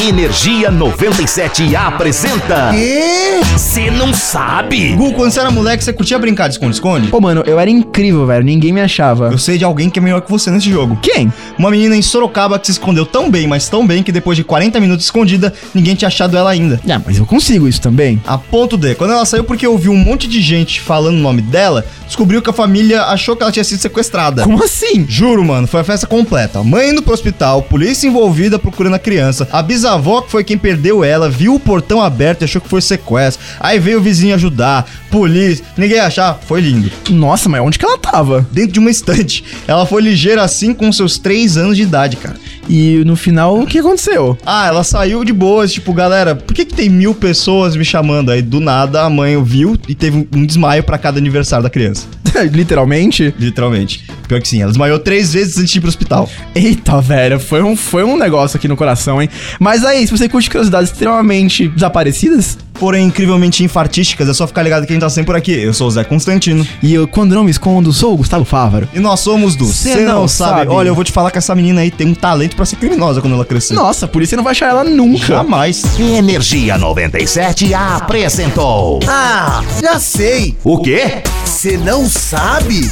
Energia 97 apresenta. Quê? Você não sabe? Gu, quando você era moleque, você curtia brincar de esconde-esconde? Pô, mano, eu era incrível, velho. Ninguém me achava. Eu sei de alguém que é melhor que você nesse jogo. Quem? Uma menina em Sorocaba que se escondeu tão bem, mas tão bem, que depois de 40 minutos escondida, ninguém tinha achado ela ainda. Ah, mas eu consigo isso também. A ponto de, quando ela saiu porque ouviu um monte de gente falando o nome dela, descobriu que a família achou que ela tinha sido sequestrada. Como assim? Juro, mano, foi a festa completa. Mãe indo pro hospital, polícia envolvida procurando a criança. A bisavó, que foi quem perdeu ela, viu o portão aberto e achou que foi sequestro. Aí veio o vizinho ajudar, polícia, ninguém ia achar, foi lindo. Nossa, mas onde que ela tava? Dentro de uma estante. Ela foi ligeira assim com seus 3 anos de idade, cara. E no final, o que aconteceu? Ah, ela saiu de boas, tipo, galera, por que, que tem mil pessoas me chamando? Aí do nada a mãe ouviu e teve um desmaio pra cada aniversário da criança. Literalmente? Literalmente. Pior que sim, ela desmaiou três vezes antes de ir pro hospital. Eita, velho, foi um, foi um negócio aqui no coração, hein? Mas aí, se você curte curiosidades extremamente desaparecidas, Porém, incrivelmente infartísticas, é só ficar ligado que a gente tá sempre por aqui. Eu sou o Zé Constantino. e eu, quando não me escondo, sou o Gustavo Fávaro. E nós somos do Cê Cê Não Sabe. Olha, eu vou te falar que essa menina aí tem um talento pra ser criminosa quando ela crescer. Nossa, a polícia não vai achar ela nunca. Jamais. Energia 97 apresentou. Ah, já sei. O quê? Você não sabe?